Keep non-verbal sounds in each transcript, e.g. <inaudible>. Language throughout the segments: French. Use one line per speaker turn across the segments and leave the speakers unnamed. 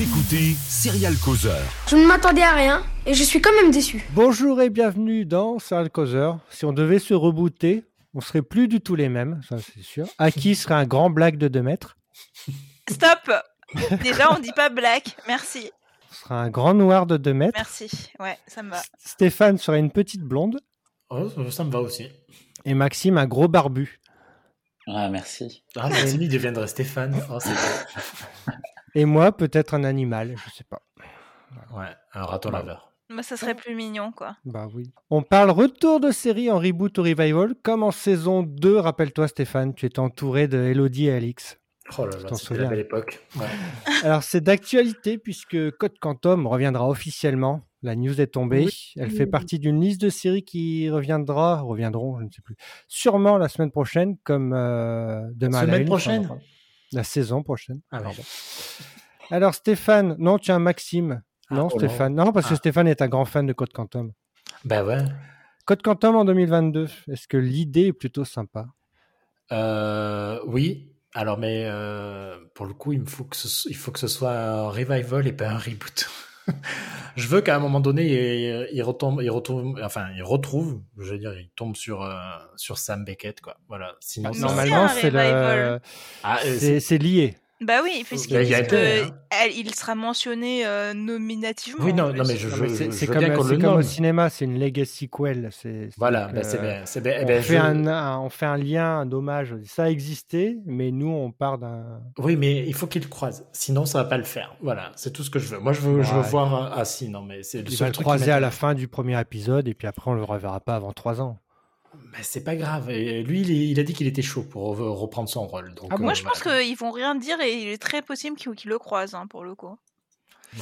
écoutez Serial Causeur.
Je ne m'attendais à rien et je suis quand même déçu.
Bonjour et bienvenue dans Serial Causeur. Si on devait se rebooter, on serait plus du tout les mêmes, ça c'est sûr. Aki serait un grand black de 2 mètres.
<laughs>
Stop Déjà, on dit pas black. Merci.
On serait un grand noir de 2 mètres.
Merci. Ouais, ça me va.
Stéphane serait une petite blonde.
Oh, ça- ça me va aussi.
Et Maxime, un gros barbu.
Ah, merci.
Ah, mon ennemi deviendrait Stéphane. Oh, c'est bon.
Et moi, peut-être un animal, je sais pas.
Ouais, un raton laveur.
Moi, ça serait plus mignon, quoi.
Bah oui. On parle retour de série en reboot ou revival, comme en saison 2. Rappelle-toi, Stéphane, tu étais entouré de Elodie et Alix.
Oh là
t'en
là, c'était
souviens.
la belle époque. Ouais.
Alors, c'est d'actualité puisque Code Quantum reviendra officiellement. La news est tombée. Elle fait partie d'une liste de séries qui reviendra, reviendront, je ne sais plus, sûrement la semaine prochaine, comme euh, demain. à la
Semaine
une,
prochaine
enfin, La saison prochaine.
Ah,
pardon. Alors, Stéphane, non, tiens, Maxime. Non,
Ah, oh
Stéphane. Non, parce que
Ah.
Stéphane est un grand fan de Code Quantum.
Bah ouais.
Code Quantum en 2022, est-ce que l'idée est plutôt sympa
Euh, oui. Alors, mais euh, pour le coup, il, me faut que ce, so- il faut que ce soit un revival et pas un reboot. <laughs> je veux qu'à un moment donné, il, il retombe, il retombe, enfin, il retrouve, je veux dire, il tombe sur, euh, sur Sam Beckett, quoi. Voilà. Sinon, ça-
Normalement,
c'est un
c'est la...
revival.
Ah, euh,
c'est-
c'est-
c'est lié.
Bah oui, puisqu'il
Il y a
dit
intérêt,
que- elle- il sera mentionné euh, nominativement.
hein. Oui,
en
non,
plus.
non, mais je,
Non,
je-
mais c'est
je
c'est
veux
comme,
bien qu'on
c'est
le
comme
nomme.
au cinéma, c'est une legacy sequel. c'est- c'est
Voilà,
donc,
bah, c'est
euh,
bien. c'est bien. Eh
On,
ben,
fait
je-
un, un- on fait un lien, un hommage. Ça a existé, mais nous, on part d'un.
Oui, mais il faut qu'il le croise. Sinon, ça va pas le faire. Voilà, c'est tout ce que je veux. Moi, je veux, je veux
Ouais.
voir. un- Ah, si, non, mais c'est le
Il
seul
va le
truc qui
croiser à la
m'intéresse.
fin du premier épisode, et puis après, on le reverra pas avant trois ans.
Mais c'est pas grave. Et lui, il, est- il a dit qu'il était chaud pour re- reprendre son rôle. Donc,
Ah bon
Moi,
euh,
je pense
voilà.
qu'ils vont rien dire et il est très possible qu'ils qu'ils le croisent, hein, pour le coup.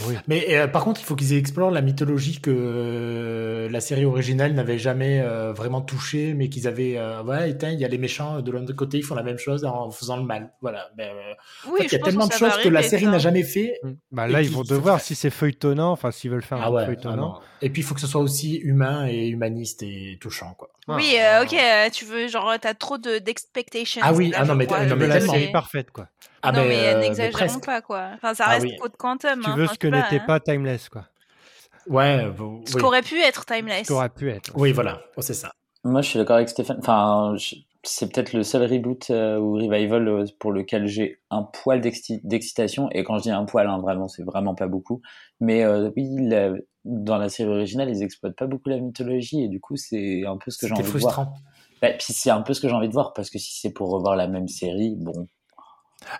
Oui.
Mais euh, par contre, il faut qu'ils explorent la mythologie que euh, la série originale n'avait jamais euh, vraiment touchée, mais qu'ils avaient. euh, ouais, éteint, il y a les méchants de l'autre côté, ils font la même chose en faisant le mal. Voilà. Mais, euh, en
Oui,
fait, il
je
y a
pense
tellement de
que ça va
choses que la
arriver,
série
ça.
n'a jamais fait
Bah,
Et
là,
puis,
ils vont
il faut
devoir,
faire-
si c'est feuilletonnant, enfin, s'ils veveulent faire un
Ah
truc
ouais,
feuilletonnant.
ah non. Et puis il faut que ce soit aussi humain et humaniste et touchant quoi.
Oui, euh, ok, euh, tu veux, genre, t'as trop de- d'expectations.
Ah oui,
là,
ah non,
je
mais
crois,
t'as-
Tu
je
non,
veux
mais
le
la
tellement.
série
sais.
parfaite, quoi.
Ah
non, mais,
euh,
euh,
mais
n'exagérons
presque.
pas, quoi. Enfin, ça
Ah
reste
oui.
Code Quantum.
tu
hein,
veux
enfin,
ce que
je sais
n'était
hein.
pas Timeless, quoi.
Ouais, vous-
Ce
oui.
qu'aurait pu être
Ce
Timeless.
qu'aurait pu être.
Oui, voilà, Oh, c'est ça.
Moi, je suis d'accord avec Stéphane. Enfin, je- c'est peut-être le seul reboot euh, ou revival euh, pour lequel j'ai un poil d'exci- d'excitation. Et quand je dis un poil, hein, vraiment, c'est vraiment pas beaucoup. Mais euh, oui, la- dans la série originale, ils exploitent pas beaucoup la mythologie. Et du coup, c'est un peu ce que j'ai
C'était
envie de voir.
frustrant.
Bah, puis c'est un peu ce que j'ai envie de voir. Parce que si c'est pour revoir la même série, bon.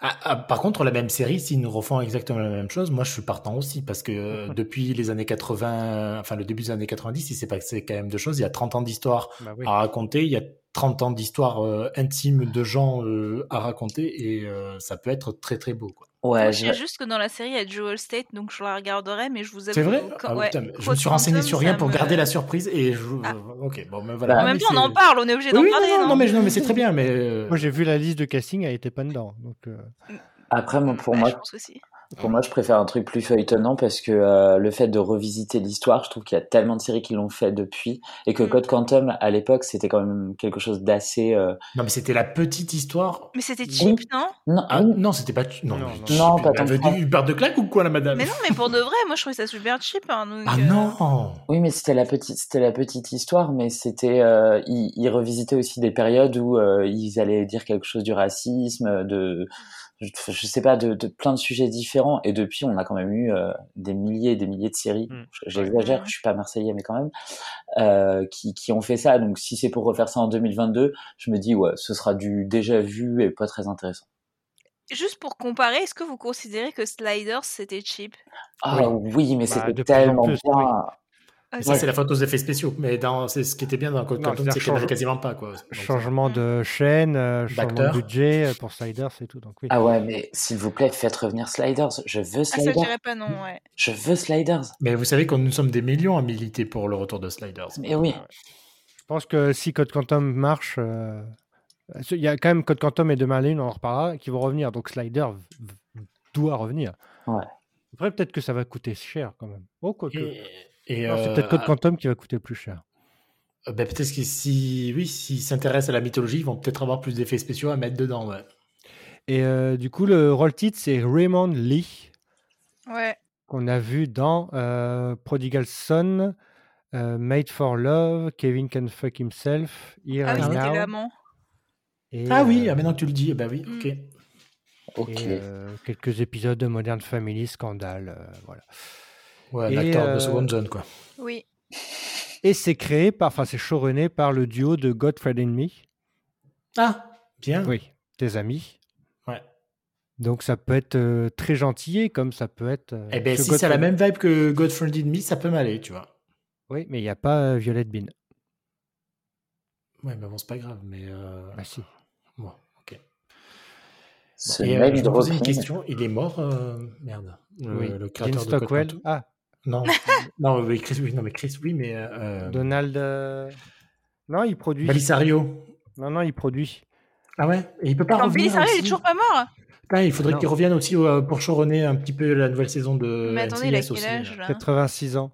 Ah, ah, par contre, la même série, s'ils nous refont exactement la même chose, moi je suis partant aussi parce que euh, depuis les années 80, enfin le début des années 90, si c'est pas que c'est quand même deux choses, il y a 30 ans d'histoire
Bah oui.
à raconter, il y a 30 ans d'histoire euh, intime de gens euh, à raconter et euh, ça peut être très très beau quoi.
Moi,
Ouais,
je
je-
sais juste que dans la série, il y a Jewel State, donc je la regarderai, mais je vous avoue.
C'est vrai
que-
Ah,
ouais,
putain, mais Je me
Code
suis renseigné
Quantum,
sur rien
ça
pour
me-
garder la surprise et je...
Ah.
Ok, bon, mais voilà.
Bah,
En même
Mais
temps, on en
c'est-
parle, on est obligé
Ah Oui,
d'en
oui,
parler.
non, non,
hein.
mais, non, mais c'est très bien, mais... euh,
Moi, j'ai vu la liste de casting, elle était pas dedans. Donc, euh,
après, moi, pour
Bah,
moi,
Je pense que si.
Pour moi, je préfère un truc plus feuilletonnant parce que euh, le fait de revisiter l'histoire, je trouve qu'il y a tellement de séries qui l'ont fait depuis et que
Mm.
Code Quantum, à l'époque, c'était quand même quelque chose d'assez. euh,
Non, mais c'était la petite histoire...
Mais c'était cheap, non
Non,
Ah,
oui,
non, c'était pas...
Non,
Non, mais-
non.
je sais
Non,
plus,
pas
elle
tant que
avait
ça.
du Hubert de claque ou quoi, la madame
Mais non, mais pour de vrai, moi je trouvais ça super cheap. hein, donc,
Ah
euh,
non
oui, mais c'était la petite, c'était la petite histoire, mais c'était, euh, ils, ils revisitaient aussi des périodes où euh, ils allaient dire quelque chose du racisme, de, je, je sais pas, de, de plein de sujets différents. Et depuis, on a quand même eu euh, des milliers et des milliers de séries.
Mm.
J- J'exagère, je suis pas marseillais, mais quand même, euh, qui, qui ont fait ça. Donc, si c'est pour refaire ça en 2022, je me dis ouais, ce sera du déjà vu et pas très intéressant.
Juste pour comparer, est-ce que vous considérez que Sliders c'était cheap
Ah oui, mais
Bah, de
c'était
plus en
tellement
plus,
bien.
oui.
Ah,
Mais
c'est-
ça, c'est la faute aux effets spéciaux. Mais dans, c'est ce qui était bien dans Code
Non,
Quantum,
c'est-à-dire
c'est qu'il n'y en avait
change-
quasiment pas, quoi. Donc,
changement de chaîne, euh, changement
D'acteur.
de
<laughs>
budget euh, pour Siders et tout. Donc, oui.
Ah ouais, mais s'il vous plaît, faites revenir Sliders. Je veux
Ah, ça je
Sliders.
dirais pas non, ouais.
Je veux Sliders.
Mais vous savez qu'on nous sommes des millions à militer pour le retour de Sliders.
Mais Eh oui.
Ah Je pense que si Code Quantum marche, euh, il y a quand même Code Quantum et Demain à la Lune, on en reparlera, qui vont revenir. Donc Slider v- v- doit revenir.
Ouais.
Après, peut-être que ça va coûter cher quand même. Oh, quoique.
Et, et,
Non, c'est
euh,
peut-être Code Quantum qui va coûter le plus cher.
ah, ben, peut-être que si, oui, s'ils s'intéressent à la mythologie, ils vont peut-être avoir plus d'effets spéciaux à mettre dedans, ouais.
Et euh, du coup, le rôle titre, c'est Raymond Lee.
Ouais.
qu'on a vu dans euh, Prodigal Son, euh, Made for Love, Kevin Can Fuck Himself, Here
Ah oui,
and
c'était
Now,
l'amant.
et,
Ah oui,
euh,
ah, maintenant que tu le dis, eh ben oui,
Mm.
ok.
Ok.
et, euh, quelques épisodes de Modern Family, Scandale, euh, voilà.
Ouais,
Et,
l'acteur
euh,
de Second Zone, quoi.
Oui.
Et c'est créé par, enfin c'est showrunné par le duo de Godfred and Me,
Ah, bien.
oui, tes amis.
Ouais.
Donc ça peut être euh, très gentil, comme ça peut être. euh,
Eh ben,
parce
si
que
c'est la
Godfriend-
même vibe que Godfriend in Me, ça peut m'aller, tu vois.
Oui, mais il n'y a pas euh, Violette Bean.
Ouais, mais bon, c'est pas grave, mais. euh,
Ah, si.
bon, ok.
Ce
Et, euh,
mec
je
de
me posais une
reprise.
question, il est mort, euh, merde. Le,
oui.
le
Gene
créateur de Code
Stockwell.
Quantum.
Ah, <laughs>
Non, non, mais Chris, oui, non, mais Chris, oui, mais. Euh,
Donald. euh, Non, il produit.
Belisario.
Non, non, il produit.
Ah ouais Et il peut pas
Non, Billy
revenir.
Sarah, il est
aussi
toujours pas mort. hein.
Putain, il
Ah
faudrait
non.
qu'il revienne aussi euh, pour choronner un petit peu la nouvelle saison de.
Mais attendez, il a
NCIS
quel
Euh, aussi,
âge
là.
là
86 ans.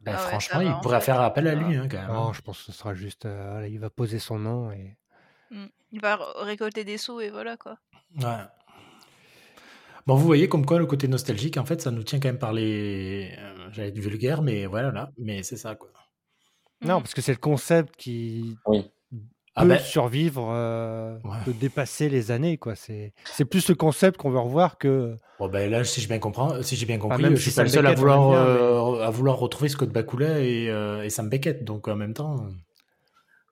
Ben,
Ah ouais,
franchement,
ça va,
il
en
pourrait
fait.
faire appel à lui, hein, quand même.
Non, je pense que ce sera juste. euh, voilà, il va poser son nom et.
Il va r- récolter des sous et voilà quoi.
Oh.
Ouais. Bon, vous voyez comme quoi le côté nostalgique, en fait, ça nous tient quand même par les. euh, J'allais être vulgaire, mais voilà, là. Mais c'est ça, quoi.
Non,
Mm.
parce que c'est le concept qui
Ah
peut
ben,
survivre, euh,
Ouais.
peut dépasser les années, quoi. C'est c'est plus le concept qu'on veut revoir que.
bon, ben là, si j'ai bien, comprends- Ah, si j'ai bien compris,
même
je suis
si
pas le
Sam
seul à
Beckett, on
vouloir,
aime bien,
euh, à vouloir retrouver Scott Bakula et, euh, et Sam Beckett. Donc, en même temps,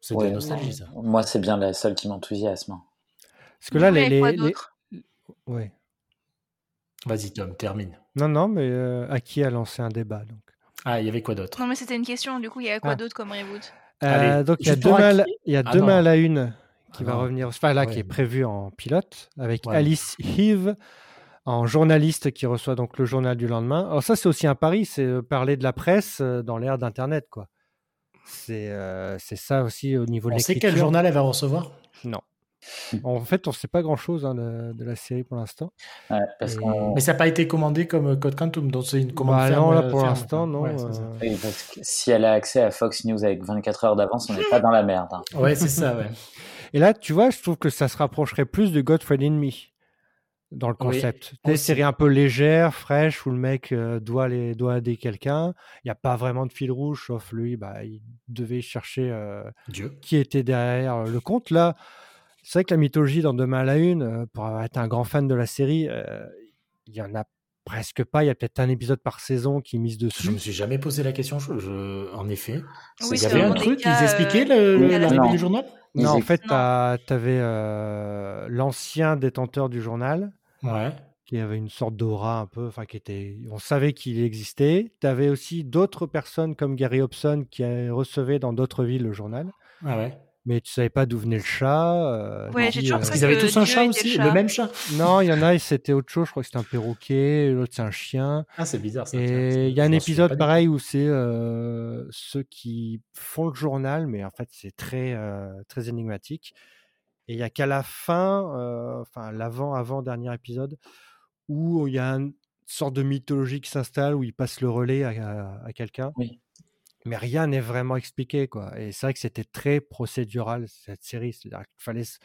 c'est de
Ouais,
la nostalgie, ça.
Moi, c'est bien la seule qui m'enthousiasme. hein.
Parce que là,
Vous
les.
voulez quoi
les- les-
d'autre
Ouais.
Vas-y, Tom, termine.
Non, non, mais euh, à qui a lancé un débat donc.
Ah, il y avait quoi d'autre
Non, mais c'était une question. Du coup, il y a quoi
Ah.
d'autre comme reboot
Euh,
Allez,
donc il y a
juste
deux
pour
mal,
acquis
il y a
Ah
deux
non.
mal à une qui
Ah
va
non.
revenir, enfin là
Ouais.
qui est prévue en pilote avec
Ouais.
Alice Heave en journaliste qui reçoit donc le journal du lendemain. Alors ça c'est aussi un pari, c'est euh, parler de la presse euh, dans l'ère d'internet quoi. C'est euh, c'est ça aussi au niveau de
On sait
l'écriture.
quel journal elle va recevoir
Non. En fait, on sait pas grand chose de, de la série pour l'instant.
Ouais, parce
Et-
qu'on-
Mais ça n'a pas été commandé comme euh, Code Quantum, donc c'est une commande
Bah,
ferme,
non, là
euh,
pour
ferme,
l'instant,
quoi.
non.
Ouais, c'est ça.
euh,
oui, parce que si elle a accès à Fox News avec 24 heures d'avance, on n'est pas dans la merde. hein.
Ouais, c'est
<laughs>
ça, ouais.
Et là, tu vois, je trouve que ça se rapprocherait plus de Godfrey in Me dans le
Oui,
concept. Des
aussi.
séries un peu légères, fraîches, où le mec euh, doit, les, doit aider quelqu'un. Il n'y a pas vraiment de fil rouge, sauf lui, bah, il devait chercher euh,
Dieu.
qui était derrière euh, le compte. Là, c'est vrai que la mythologie dans Demain à la Une, euh, pour avoir été un grand fan de la série, euh, il y en a presque pas. Il y a peut-être un épisode par saison qui mise
Je
dessus.
me suis jamais posé la question, je- je- en effet.
C'est
Oui,
Il y
c'est
avait un
vraiment des
truc,
cas,
ils expliquaient
euh,
le-
liés à la
le- l'arrivée
Non.
du journal
Ils
Non, en
éc-
fait,
Non.
tu avais l'ancien détenteur du journal.
Ouais.
qui avait une sorte d'aura un peu, enfin qui était, on savait qu'il existait. Tu avais aussi d'autres personnes comme Gary Hobson qui euh, recevaient dans d'autres villes le journal,
Ah ouais.
mais tu savais pas d'où venait le chat. euh,
Ouais,
qui,
j'ai toujours
euh,
Parce
cru
qu'ils avaient
que
tous un
Dieu
chat
était
aussi,
le
le
chat.
même chat.
Non, il y en a, et c'était autre chose. Je crois que c'était un perroquet, l'autre c'est un chien.
Ah, c'est bizarre ça.
Et il y a un épisode pareil où c'est euh, ceux qui font le journal, mais en fait c'est très euh, très énigmatique. Et il y a qu'à la fin, euh, enfin l'avant avant dernier épisode, où il y a une sorte de mythologie qui s'installe où il passe le relais à, à- à quelqu'un.
Oui.
Mais rien n'est vraiment expliqué quoi. Et c'est vrai que c'était très procédural cette série, c'est-à-dire qu'il fallait s-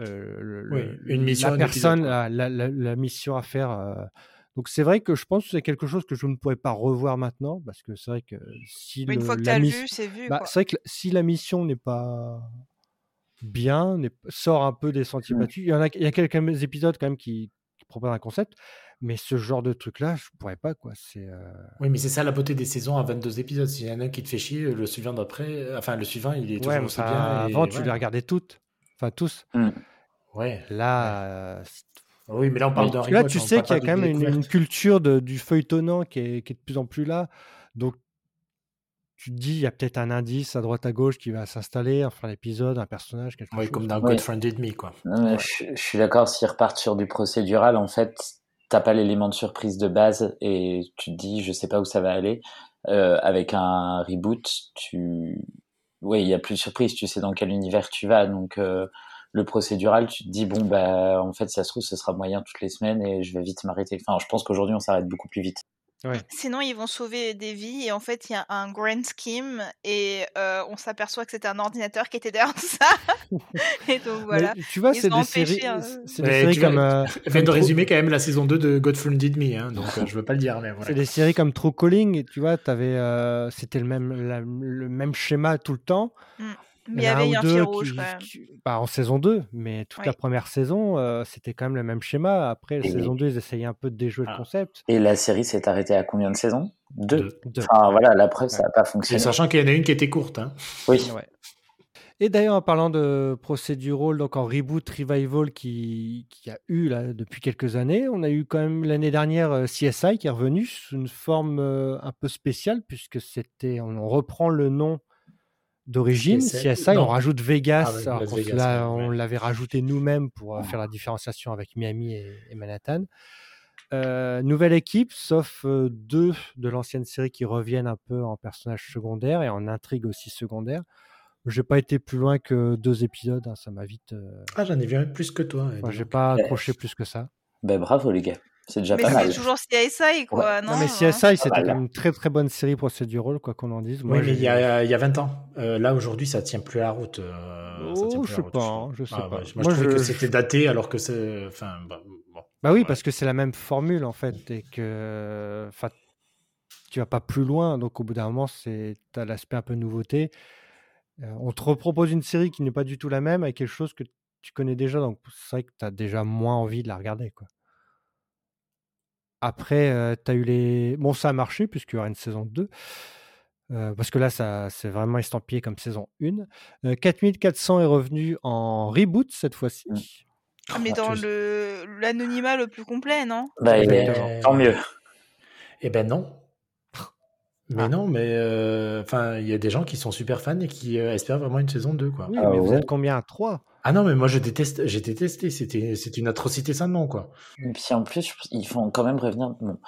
euh, le-
Oui,
le-
une mission,
la
un
personne,
épisode,
la, la- la- la mission à faire. euh, donc c'est vrai que je pense que c'est quelque chose que je ne pourrais pas revoir maintenant parce que c'est vrai que si
Mais une
le-
fois que
la
t'as
miss-
vu, c'est vu.
bah,
quoi.
c'est vrai que si la mission n'est pas bien, n'est- sort un peu des sentiers
Mmh.
Mm.
battus, il y en a, il y a quelques épisodes quand même qui, qui proposent un concept, mais ce genre de truc là, je pourrais pas quoi. C'est euh,
Oui, mais c'est ça la beauté des saisons à 22 épisodes. S'il y en a un qui te fait chier, le suivant d'après, euh, enfin le suivant, il est
ouais,
toujours aussi
enfin,
bien. et
avant tu
voilà.
les regardais toutes, enfin tous.
Ouais.
Là, euh,
Oui, mais là on parle d'un
Parce que Là,
reboot,
tu
on
sais
parle
qu'il y a
pas
quand
d'une
même une,
découverte.
une culture de- du feuilletonnant qui est, qui est de plus en plus là. Donc, tu te dis, il y a peut-être un indice à droite à gauche qui va s'installer, enfin, l'épisode, un personnage, quelque
Ouais,
chose.
comme dans
Oui.
Code Friend Enemy,
<laughs>
quoi.
Non, mais je, je suis d'accord, s'ils repartent sur du procédural, en fait, t'as pas l'élément de surprise de base et tu te dis, je sais pas où ça va aller. Euh, avec un reboot, tu... Ouais, il y a plus de surprise, tu sais dans quel univers tu vas. Donc, euh, le procédural, tu te dis, bon, bah, en fait, ça se trouve, ce sera moyen toutes les semaines et je vais vite m'arrêter. Enfin, je pense qu'aujourd'hui, on s'arrête beaucoup plus vite.
Ouais.
Sinon, ils vont sauver des vies. Et en fait, il y a un grand scheme. Et euh, on s'aperçoit que c'était un ordinateur qui était derrière <laughs> tout ça. et donc voilà.
Mais tu vois,
Ils
c'est
ont
des
empêché,
séries,
euh,
c'est des
Mais
séries
tu
comme,
vois,
euh,
Faites de
True-
résumer quand même la saison 2 de God Funded Me, hein, donc euh, je veux pas le dire, mais
c'est
<laughs> voilà.
des séries comme True Calling. et Tu vois, t'avais, euh, c'était le même, la- le même schéma tout le temps.
Mais il y
en a
avait eu
ou
un
deux
fil rouge
qui-
quand même.
qui- bah, en saison 2, mais toute
Oui.
la première saison, euh, c'était quand même le même schéma. Après, la
Et-
saison 2, ils essayaient un peu de déjouer
Ah.
le concept.
Et la série s'est arrêtée à combien de saisons Deux.
Deux.
Deux.
Enfin, voilà, la preuve, ça n'a pas
Et
fonctionné.
sachant qu'il y en a une qui était courte, hein.
Oui.
Ouais. Et d'ailleurs, en parlant de procédural, donc en reboot revival qui, qui a eu là, depuis quelques années, on a eu quand même l'année dernière euh, CSI qui est revenu sous une forme euh, un peu spéciale puisque c'était, on, on reprend le nom d'origine
CSI,
CSI,
non.
on rajoute Vegas,
Ah ouais,
alors
Las
qu'on
Vegas,
l'a-
ouais, ouais.
on l'avait rajouté nous-mêmes pour euh, faire la différenciation avec Miami et, et Manhattan. Euh, nouvelle équipe, sauf euh, deux de l'ancienne série qui reviennent un peu en personnages secondaires et en intrigue aussi secondaire. J'ai pas été plus loin que deux épisodes, hein, ça m'a vite. euh,
Ah, j'en ai vu un de plus que toi. hein,
enfin,
dis
j'ai
donc.
pas accroché plus que ça.
Ben, bravo, les gars. C'est déjà
Mais
pas mal.
c'est toujours CSI quoi. Non,
Non, mais
hein.
CSI, c'était
Pas mal.
quand même une très très bonne série procédurale, quoi qu'on en dise. Moi,
Oui, mais
j'ai-
il y a, il y a 20 ans. Euh, là, aujourd'hui, ça tient plus la route. euh, ça
Oh,
tient plus
je
la
sais
route,
pas,
trouve.
hein, je sais
Ah,
pas.
bah, moi,
Moi,
je trouvais
je-
que c'était daté alors que c'est. Enfin, bah, bon.
Bah oui,
Ouais.
parce que c'est la même formule en fait, et que enfin, tu vas pas plus loin. Donc au bout d'un moment, c'est as l'aspect un peu nouveauté. Euh, on te repropose une série qui n'est pas du tout la même avec quelque chose que tu connais déjà. Donc c'est vrai que tu as déjà moins envie de la regarder, quoi. Après, tu as eu les. Bon, ça a marché puisqu'il y aura une saison 2. euh, parce que là, ça c'est vraiment estampillé comme saison Euh, 1. 4400 est revenu en reboot cette fois-ci.
Mm.
Ah, Mais
Oh,
dans
tu-
le l'anonymat le plus complet, non
Ben,
Ouais,
ben,
ouais.
tant mieux.
Eh
<laughs>
ben non. Mais
Ah.
non, mais euh, enfin, il y a des gens qui sont super fans et qui euh, espèrent vraiment une saison 2, quoi.
Oui,
Ah
mais vous
ouais.
êtes combien à 3
Ah non, mais moi, je déteste, j'ai détesté. C'était, c'est une atrocité sans nom, quoi.
Et puis en plus, ils vont quand même revenir. Bon.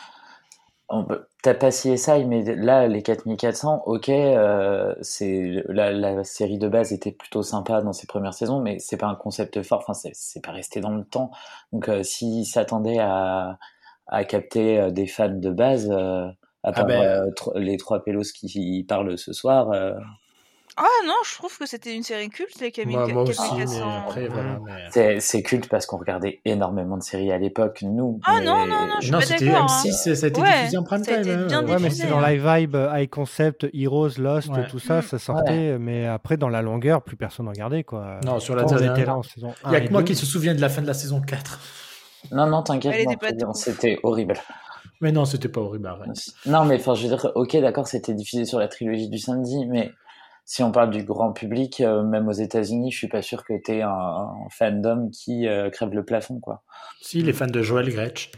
On peut- T'as pas CSI, mais là, les 4400, ok, euh, c'est la, la série de base était plutôt sympa dans ses premières saisons, mais c'est pas un concept fort, enfin, c'est- c'est pas resté dans le temps. Donc, euh, s'ils s'attendaient à, à capter euh, des fans de base, euh, à part
ben.
euh, tro- les trois pélos qui y parlent ce soir, euh,
Ah non, je trouve que c'était une série culte les Camille.
Bah, Moi, moi aussi,
4400.
mais après, voilà.
Mmh.
mais-
c'est c'est culte parce qu'on regardait énormément de séries à l'époque, nous.
Ah
mais-
non, non, non, je- suis
Non,
pas
c'était
d'accord, hein.
M6, ça a été
Ouais,
diffusé en prime
ça a
time.
été
hein.
bien
Ouais, mais
diffusé,
c'est dans
hein.
Live Vibe, euh, High Concept, Heroes, Lost,
Ouais.
tout ça,
Mm.
ça sortait, mais après, dans la longueur, plus personne ne regardait, quoi.
Non, sur la
Quand on
dernière-
était là en saison
Ah,
Il y a
1 et
que moi
2.
qui se souviens de la fin de la saison 4.
Non, non, t'inquiète,
Elle était
non,
pas
non,
ouf.
c'était horrible.
Mais non, c'était pas horrible. arrête.
Non, mais enfin, je veux dire, ok, d'accord, c'était diffusé sur la trilogie du samedi, mais si on parle du grand public, euh, même aux États-Unis, je suis pas sûr que t'aies un, un fandom qui euh, crève le plafond, quoi.
Ah,
Si, les fans de Joël Gretsch.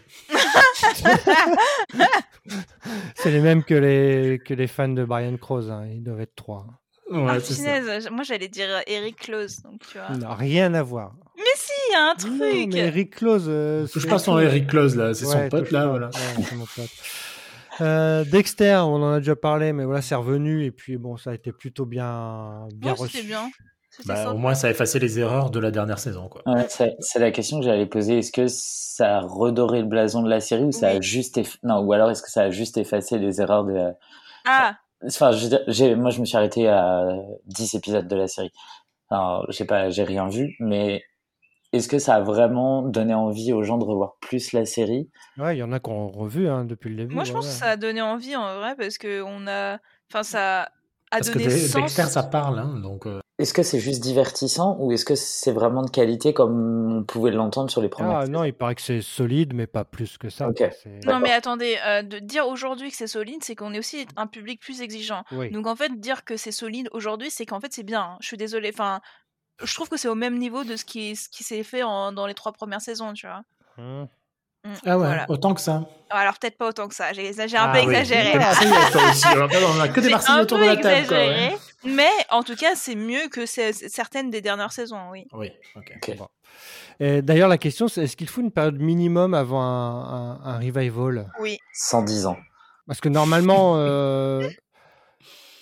C'est les mêmes que les, que les fans de Brian Croze, hein, ils doivent être trois. hein.
Ouais,
Ah,
c'est ça.
punaise, j- moi j'allais dire euh, Eric Close, donc tu
Ah.
vois.
Non, rien à voir.
Mais si, il y a un Ah, truc.
Mmh. Non, mais Eric Close. euh,
Touche
c'est- euh,
pas son Eric Close, là. C'est son
Ouais,
pote,
touche
là,
pas.
voilà.
Ouais, c'est mon pote. Euh, Dexter, on en a déjà parlé, mais voilà, c'est revenu et puis bon, ça a été plutôt bien, bien
Ouais, c'était
reçu.
bien. C'était
Bah,
sympa.
au moins, ça a effacé les erreurs de la dernière saison, quoi.
Ouais, Euh, c'est c'est la question que j'allais poser. Est-ce que ça a redoré le blason de la série ou ça a
Oui.
juste eff- non, ou alors est-ce que ça a juste effacé les erreurs de la...
Ah,
Enfin, je veux dire, j'ai- moi, je me suis arrêté à 10 épisodes de la série. Alors, j'ai pas, j'ai rien vu, mais est-ce que ça a vraiment donné envie aux gens de revoir plus la série
Ouais, il y en a qui ont revu hein, depuis le début.
moi je
ouais,
pense
ouais.
que ça a donné envie en vrai parce que on a, enfin ça a
Parce que
donné
Dex-
sens.
Dexter, ça parle, hein, donc... euh,
Est-ce que c'est juste divertissant ou est-ce que c'est vraiment de qualité comme on pouvait l'entendre sur les premières
Ah
saisons
non, il paraît que c'est solide, mais pas plus que ça.
Ok.
quoi. C'est-
Non mais attendez, euh, de dire aujourd'hui que c'est solide, c'est qu'on est aussi un public plus exigeant.
Oui.
Donc en fait, dire que c'est solide aujourd'hui, c'est qu'en fait c'est bien. hein. Je suis désolée. Enfin, je trouve que c'est au même niveau de ce qui, ce qui s'est fait en- dans les trois premières saisons, tu vois.
Hum.
Mm,
Ah ouais,
voilà.
autant que ça.
Alors peut-être pas autant que ça. J'ai j'ai un
Ah
peu
oui.
exagéré.
Ah,
là.
ça y est, toi aussi. Alors, après, on a
<laughs>
que des
J'ai
Marseillais
un
autour
peu
de la table, quoi,
exagéré,
ouais.
mais en tout cas, c'est mieux que c'est- certaines des dernières saisons, oui.
Oui, ok.
Bon. Et D'ailleurs, la question, c'est est-ce qu'il faut une période minimum avant un, un- un revival
Oui.
110 ans.
Parce que
<laughs>
normalement, euh,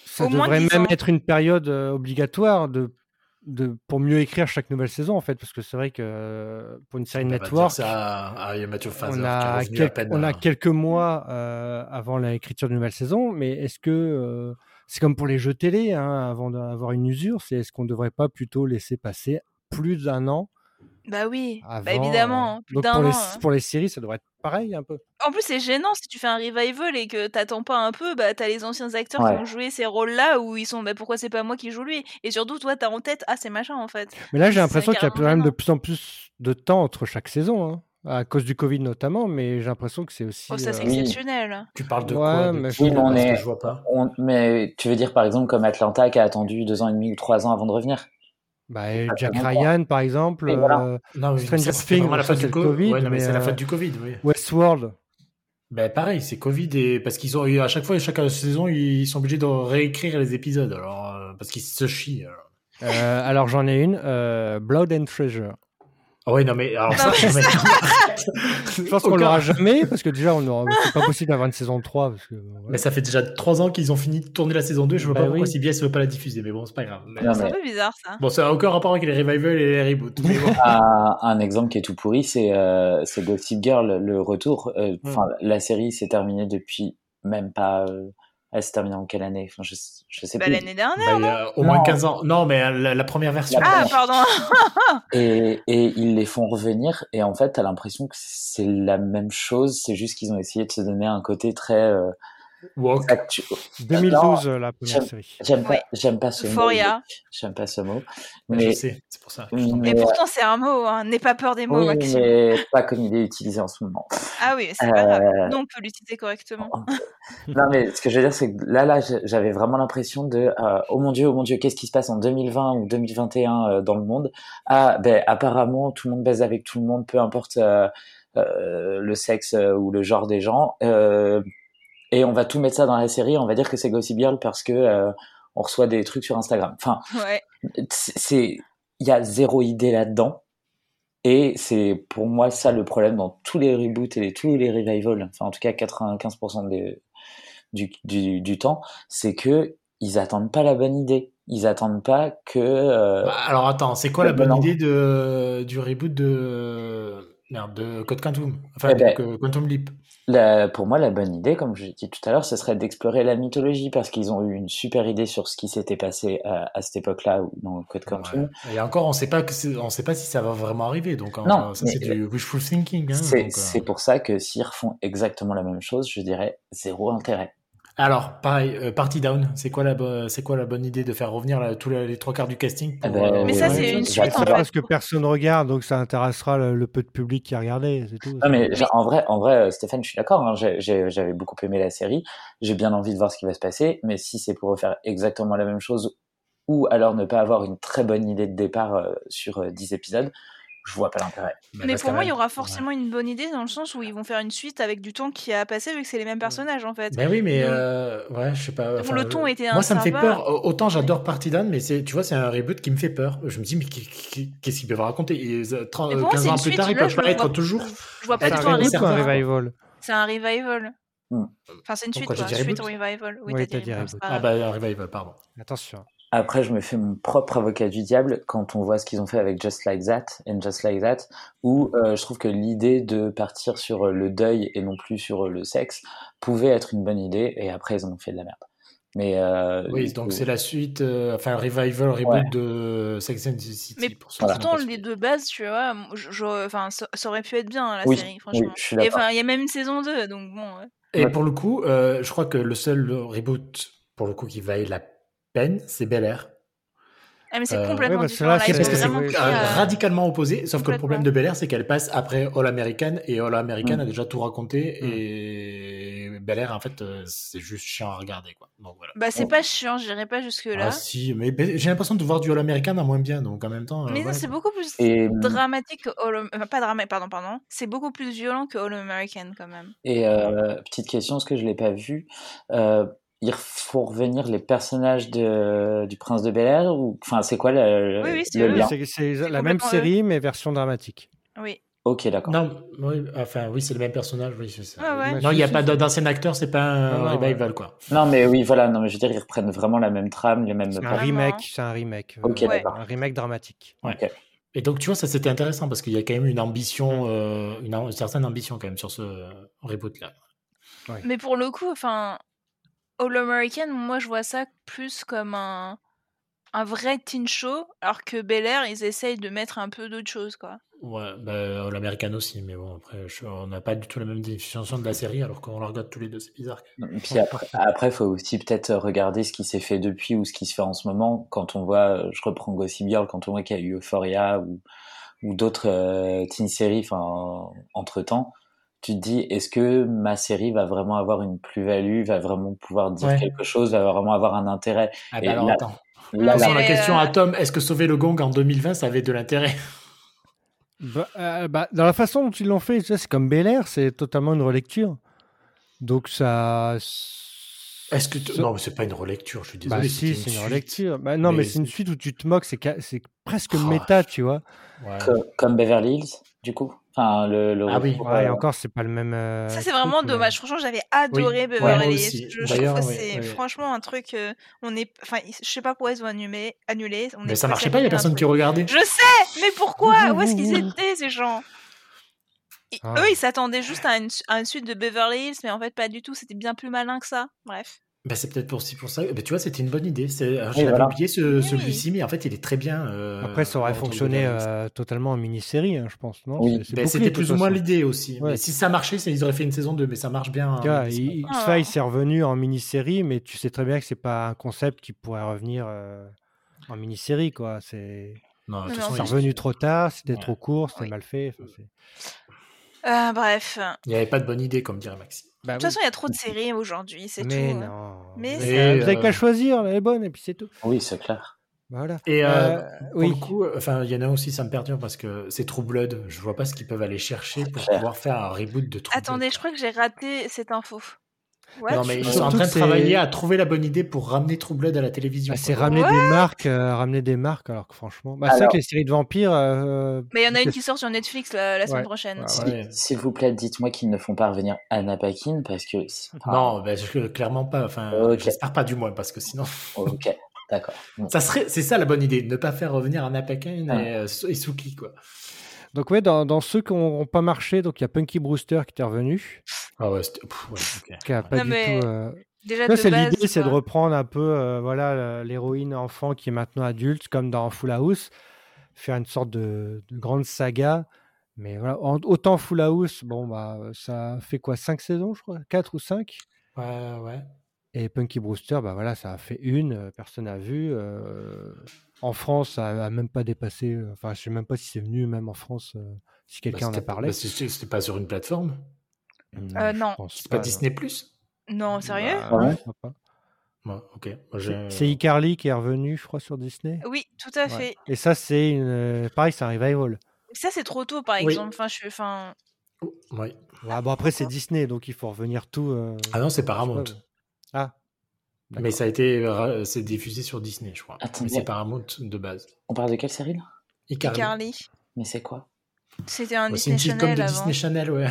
ça
Au moins
devrait
10
même
ans.
être une période euh, obligatoire de de, pour mieux écrire chaque nouvelle saison, en fait, parce que c'est vrai que euh, pour une série
On va dire
network,
ça à, à Mathieu
on
Fazer, qui est
a,
revenu
quel-
à peine.
on a
hein.
quelques mois euh, avant l'écriture d'une nouvelle saison, mais est-ce que euh, c'est comme pour les jeux télé, hein, avant d'avoir une usure, c'est est-ce qu'on ne devrait pas plutôt laisser passer plus d'un an
Bah oui,
avant
bah
euh,
évidemment, plus
donc
d'un
pour, les,
an, hein.
pour les séries, ça devrait être pareil un peu.
En plus, c'est gênant si tu fais un revival et que t'attends pas un peu, bah t'as les anciens acteurs
Ouais.
qui ont joué ces rôles-là où ils sont, bah pourquoi c'est pas moi qui joue lui Et surtout, toi, t'as en tête, ah c'est machin en fait.
Mais là, j'ai
C'est
l'impression qu'il y a
carrément
quand même de
gênant.
plus en plus de temps entre chaque saison, hein, à cause du Covid notamment, mais j'ai l'impression que c'est aussi.
Oh, ça c'est
euh,
Oui.
exceptionnel.
Tu parles de
Ouais,
quoi de
mais
qui,
Oui, mais on
parce que
est-
je vois pas.
On- mais tu veux dire par exemple comme Atlanta qui a attendu deux ans et demi ou trois ans avant de revenir
bah, et
pas
Jack
vraiment.
Ryan, par exemple,
Oui, voilà.
euh,
Non, mais
Stranger
ça, c'était vraiment
Things,
la
ça,
fin
c'est
du
le
co-
Covid,
Ouais, non, mais c'est la
mais,
fin
euh,
du Covid, oui.
Westworld.
Ben pareil, c'est Covid et parce qu'ils ont eu à chaque fois, chaque saison, ils sont obligés de réécrire les épisodes, alors euh, parce qu'ils se chient. alors.
Euh, alors j'en ai une, euh, Blood and Treasure.
Ah ouais, non mais alors
Non,
ça,
mais <laughs>
non, mais-
Je pense qu'on
Aucun-
l'aura jamais parce que déjà on aura... c'est pas possible d'avoir une saison 3 parce que voilà.
Mais ça fait déjà trois ans qu'ils ont fini de tourner la saison 2, je vois
Bah
pas pourquoi
oui.
CBS veut pas la diffuser, mais bon, c'est pas grave. Mais-
Non,
C'est
mais-
un peu bizarre ça.
Bon, ça a aucun rapport avec les revivals et les reboots. mais bon.
un, un exemple qui est tout pourri, c'est euh, c'est Gossip Girl, le retour. Euh,
Mm.
enfin, La série s'est terminée depuis même pas. euh, elle s'est terminée en quelle année enfin, Je, je sais
Bah
plus.
l'année dernière.
Bah, il y a au moins
Non.
15 ans. Non, mais euh, la, la première version.
La
Ah
dernière.
pardon.
<laughs>
<laughs>
Et, et ils les font revenir, et en fait, t'as l'impression que c'est la même chose, c'est juste qu'ils ont essayé de se donner un côté très euh,
Walk.
actu-
2012 la première
j'aime-
série.
J'aime pas,
Ouais.
j'aime pas ce mot.
Euphoria.
J'aime pas ce mot.
Je
Mais, Mm.
sais, c'est pour ça. que je t'en
mais,
Mais pourtant, c'est un mot. hein. N'aie pas peur des mots,
oui,
Maxime.
mais pas comme il est utilisé en ce moment.
Ah oui, <laughs> c'est pas
Euh,
grave. Nous, on peut l'utiliser correctement.
Non, mais ce que je veux dire, c'est que là, là, je- j'avais vraiment l'impression de, euh, oh mon dieu, oh mon dieu, qu'est-ce qui se passe en 2020 ou 2021 euh, dans le monde Ah, ben apparemment, tout le monde baise avec tout le monde, peu importe euh, euh, le sexe euh, ou le genre des gens. Euh, et on va tout mettre ça dans la série. On va dire que c'est Gossip Girl parce que euh, on reçoit des trucs sur Instagram. Enfin,
Oh,
Ouais.
bah,
c'est il y a zéro idée là-dedans et c'est pour moi ça le problème dans tous les reboots et les- tous les revivals enfin en tout cas 95% des- du, du, du temps c'est que ils attendent pas la bonne idée ils attendent pas que euh,
Bah, alors attends, c'est quoi la
Euh,
bonne
non.
idée de, du reboot de, merde, de Code Quantum Enfin,
Eh
de
ben.
Qu- Quantum Leap.
la- pour moi la bonne idée comme je l'ai dit tout à l'heure ce serait d'explorer la mythologie parce qu'ils ont eu une super idée sur ce qui s'était passé à, à cette époque-là ou dans Code Quantum
Ouais. Et encore, on sait pas que c'est- on sait pas si ça va vraiment arriver. Donc, hein,
Non,
ça
mais- euh,
c'est du wishful thinking. hein,
c'est
donc, euh.
c'est pour ça que s'ils refont exactement la même chose je dirais zéro intérêt
Alors, pareil, euh, Party Down. C'est quoi la bo- c'est quoi la bonne idée de faire revenir la- tous les, les trois quarts du casting pour,
Eh ben,
euh,
Mais ça,
ouais,
c'est
tu-
une
tu-
suite,
C'est
en fait.
parce que personne regarde donc ça intéressera le, le peu de public qui a regardé, c'est tout.
Non mais genre, en vrai, en vrai, euh, Stéphane, je suis d'accord. hein, j'ai- j'ai- J'avais beaucoup aimé la série. J'ai bien envie de voir ce qui va se passer. Mais si c'est pour refaire exactement la même chose, ou alors ne pas avoir une très bonne idée de départ euh, sur euh, 10 épisodes, je vois pas l'intérêt.
Bah,
Mais
parce
pour
qu'à
moi,
la-
il y aura
Ouais.
forcément une bonne idée dans le sens où ils vont faire une suite avec du temps qui a passé vu que c'est les mêmes personnages en fait.
Ben oui, mais
Donc-
euh, ouais, je sais pas. enfin,
le ton
je-
était
Moi, ça me fait
insympa.
peur. Au- Autant j'adore Party Down, mais c'est, tu vois, c'est un reboot qui me fait peur. Je me dis, mais qu'est- qu'est- qu'est-ce qu'ils peuvent raconter Et, euh, 30
Mais pour moi,
15
c'est
ans
une
plus
suite.
tard, ils
Là,
peuvent
je
pas
le
être
vois-
toujours.
Je vois pas
C'est
du
un
tout un
reboot,
ou un
reboot.
reboot.
revival
C'est un revival.
Hmm.
Enfin, c'est une suite,
Pourquoi
quoi.
j'ai dit
Suite
reboot
revival. Oui,
Oui,
t'as dit, reboot. c'est pas
Ah
grave.
bah un revival, pardon.
Attention.
Après, je me fais mon propre avocat du diable quand on voit ce qu'ils ont fait avec Just Like That and Just Like That, où euh, je trouve que l'idée de partir sur euh, le deuil et non plus sur euh, le sexe pouvait être une bonne idée. Et après, ils en ont fait de la merde. Mais euh,
Oui, donc
euh,
c'est la suite, euh, enfin revival, reboot
Ouais.
de Sex and the City.
Mais
pour ceux qui
Pourtant,
n'ont pas
les
suivi.
deux bases, tu vois, moi, je, je- enfin, ça, ça aurait pu être bien hein, la
Oui,
série,
oui,
franchement.
je suis
Et
d'accord.
enfin, il y a même une saison 2, donc bon. ouais.
Et
Ouais.
pour le coup, euh, je crois que le seul reboot, pour le coup, qui vaille la peine, c'est Bel Air.
Ah, mais c'est
Euh,
complètement
ouais, bah,
différent. Là,
celle-là,
ils
Parce
ont
que
c'est-
c'est
vraiment
oui,
pris,
euh,
euh,
radicalement opposé, sauf que le problème
complètement.
de Bel Air, c'est qu'elle passe après All American, et All American
Mm.
a déjà tout raconté,
Mm.
et Bel Air, en fait, euh, c'est juste chiant à regarder. Quoi. Donc voilà.
Bah, c'est
Ouais.
pas chiant, j'irai pas jusque-là.
Ah si, mais Bel- j'ai l'impression de voir du All American à moins bien, donc en même temps. euh,
Mais ça,
voilà,
c'est
quoi.
beaucoup plus
Et, hmm.
dramatique que All Am- enfin, pas dramatique, pardon, pardon. C'est beaucoup plus violent que All American, quand même.
et, euh, petite question, ce que je l'ai pas vu, euh, il faut revenir les personnages de, du Prince de Bel Air ou enfin c'est quoi le,
Oui, oui, c'est
le
eux.
lien
C'est- C'est la
complètement
même
eux.
série mais version dramatique.
Oui.
Ok, d'accord.
Non, oui, enfin, oui, c'est le même personnage. Oui, c'est ça.
Ah ouais.
Non, il n'y a pas d- d'ancien acteur, c'est pas un
Non, non,
revival, quoi.
Non, mais oui, voilà, non, mais je veux dire, ils reprennent vraiment la même trame, les mêmes.
C'est un
Vraiment.
remake, c'est un remake.
Ok,
euh,
d'accord.
Un remake dramatique.
Ok.
Et donc, tu vois, ça c'était intéressant parce qu'il y a quand même une ambition, euh, une, am- une certaine ambition quand même sur ce euh, reboot-là.
Mais pour le coup, enfin, All American, moi je vois ça plus comme un, un vrai teen show, alors que Bel Air, ils essayent de mettre un peu d'autre chose, quoi.
Ouais, bah, l'américaine aussi, mais bon, après, je- on n'a pas du tout la même définition de la série alors qu'on la regarde tous les deux, c'est bizarre.
Puis après, après, faut aussi peut-être regarder ce qui s'est fait depuis ou ce qui se fait en ce moment. Quand on voit, euh, je reprends Gossip Girl, quand on voit qu'il y a eu Euphoria ou, ou d'autres euh, teen séries, enfin, entre temps, tu te dis, est-ce que ma série va vraiment avoir une plus-value, va vraiment pouvoir dire
Ouais.
quelque chose, va vraiment avoir un intérêt?
Ah,
Et
bah, alors,
là-
attends.
Là,
Sur
là,
la
Mais,
question
euh,
à Tom, est-ce que sauver le gong en 2020, ça avait de l'intérêt
Bah, euh, bah, dans la façon dont ils l'ont fait, tu sais, c'est comme Bel Air, c'est totalement une relecture. Donc ça.
Est-ce que tu-
ça-
non, mais c'est pas une relecture, je suis
Bah
désolé.
si, c'est une,
suite.
relecture. Bah, non, mais,
Mais
c'est une
c'est-
suite où tu te moques, c'est ca- c'est presque
Oh,
méta, tu vois.
Ouais.
co- comme Beverly Hills, du coup. Enfin, le, le
Ah oui.
retour,
Ouais, et
euh,
encore, c'est pas le même. euh,
Ça, c'est
truc,
vraiment
mais-
dommage. Franchement, j'avais adoré
ouais,
Beverly
moi
Hills.
aussi.
Je, je
D'ailleurs,
trouve que
oui,
c'est
oui.
franchement un truc. euh, on est, enfin, je sais pas pourquoi ils ont annulé. annulé on
Mais
est pressé
ça marchait pas, il y
d'annuler
a
un
personne qui
truc.
regardait.
Je sais, mais pourquoi Où est-ce qu'ils
Ouh, ouh, ouh.
étaient ces gens Et
Ah.
Eux, ils s'attendaient juste à une, à une suite de Beverly Hills, mais en fait pas du tout. C'était bien plus malin que ça. Bref.
Bah, c'est peut-être pour, c'est pour ça. Mais tu vois, c'était une bonne idée. C'est... alors, Je
Oui,
l'avais
voilà.
oublié ce,
Oui.
celui-ci, mais en fait, il est très bien. euh,
Après, ça aurait
Retour de
fonctionné
Beverly Hills.
euh, totalement en mini-série, hein, je pense, non C'est-
Oui.
c'est
Ben,
bouclé,
c'était
de
plus
toute
ou moins
façon.
l'idée aussi.
Ouais.
Mais si ça marchait, c'est- ils auraient fait une saison 2, mais ça marche bien.
Tu
hein,
vois,
mais c'est
il-
pas-
Ah.
X-Files est revenu en mini-série, mais tu sais très bien que c'est pas un concept qui pourrait revenir euh, en mini-série, quoi. C'est
Non, de toute
Non,
façon,
mais
c'est
il-
revenu trop tard, c'était
Ouais.
trop court, c'était
Oui.
mal fait. enfin, c'est-
Ah, bref.
il n'y avait pas de bonne idée, comme dirait Maxime.
Bah
De toute
oui.
façon, il y a trop de séries aujourd'hui, c'est tout.
mais
hein.
non.
Mais
vous
c'est-
avez- vous avez
Et, euh,
qu'à choisir, elle est bonne, et puis c'est tout.
Oui, c'est clair.
Voilà.
Et, euh, Pour
oui.
le coup, euh, enfin, il y en a aussi, ça me perturbe parce que c'est True Blood. Je vois pas ce qu'ils peuvent aller chercher pour
clair.
pouvoir faire un reboot de True
Attendez,
Blood,
je
quoi.
crois que j'ai raté cette info. What
Non, mais ils
Surtout
sont en train
que
de
c'est-
travailler à trouver la bonne idée pour ramener True Blood à la télévision.
Bah, c'est
quoi.
ramener des marques, euh, ramener des marques, alors que franchement, bah, c'est vrai
Alors-
que les séries de vampires. euh,
Mais il y en a une
c'est-
qui sort sur Netflix la, la semaine
Ouais.
prochaine.
Ouais,
Si-
Ah ouais.
S'il vous plaît, dites-moi qu'ils ne font pas revenir Anna Paquin parce que.
Ah.
enfin,
Non, ben, je- clairement pas. Enfin,
Ok.
j'espère pas du moins parce que sinon, <laughs>
Ok, d'accord. Bon.
ça serait, c'est ça la bonne idée, ne pas faire revenir un Apakin
Ah.
et, euh, Su- et Suki quoi.
Donc ouais, dans, dans ceux qui n'ont pas marché, donc il y a Punky Brewster qui était revenu,
Ah ouais, c'était- pff, ouais, ok.
qui a pas
Non,
du
mais
tout. euh,
Déjà,
Là,
de
c'est
base,
l'idée, c'est de
quoi.
reprendre un peu, euh, voilà, le- l'héroïne enfant qui est maintenant adulte, comme dans Full House, faire une sorte de, de grande saga. Mais voilà, en- autant Full House, bon bah, ça fait quoi, cinq saisons, je crois, quatre ou cinq.
Ouais, ouais.
Et Punky Brewster, bah voilà, ça a fait une, euh, personne n'a vu. euh, en France, ça a même pas dépassé. euh, Enfin, je sais même pas si c'est venu, même en France, euh, si quelqu'un
Bah,
en a
c'était-
parlé.
bah, c'est- c'est- C'était pas sur une plateforme.
Euh,
je
non.
pense
C'est pas
Ah, non.
Disney Plus.
Non, sérieux
Bah,
Ah ouais
je crois pas.
Ouais, ok. Moi,
C'est
j'ai-
c'est iCarly qui est revenu, je crois, sur Disney.
Oui, tout à fait.
Bah Ouais. Et ça, c'est une... euh, pareil, c'est un revival.
Ça, c'est trop tôt, par
Oui.
exemple. Enfin, je suis. Enfin...
Oh, ouais.
Ouais, bon, après, c'est Disney, donc il faut revenir tout. euh,
Ah non, c'est
je sais
Paramount.
pas, Ah.
Mais ça a été, euh, c'est diffusé sur Disney, je crois.
Attends,
Mais
ouais.
c'est Paramount de base.
On parle de quelle série là
Icarly.
Carly.
Mais c'est quoi
C'était un
Ouais, c'est
Disney
une sitcom
Channel
de
avant.
Disney Channel, ouais.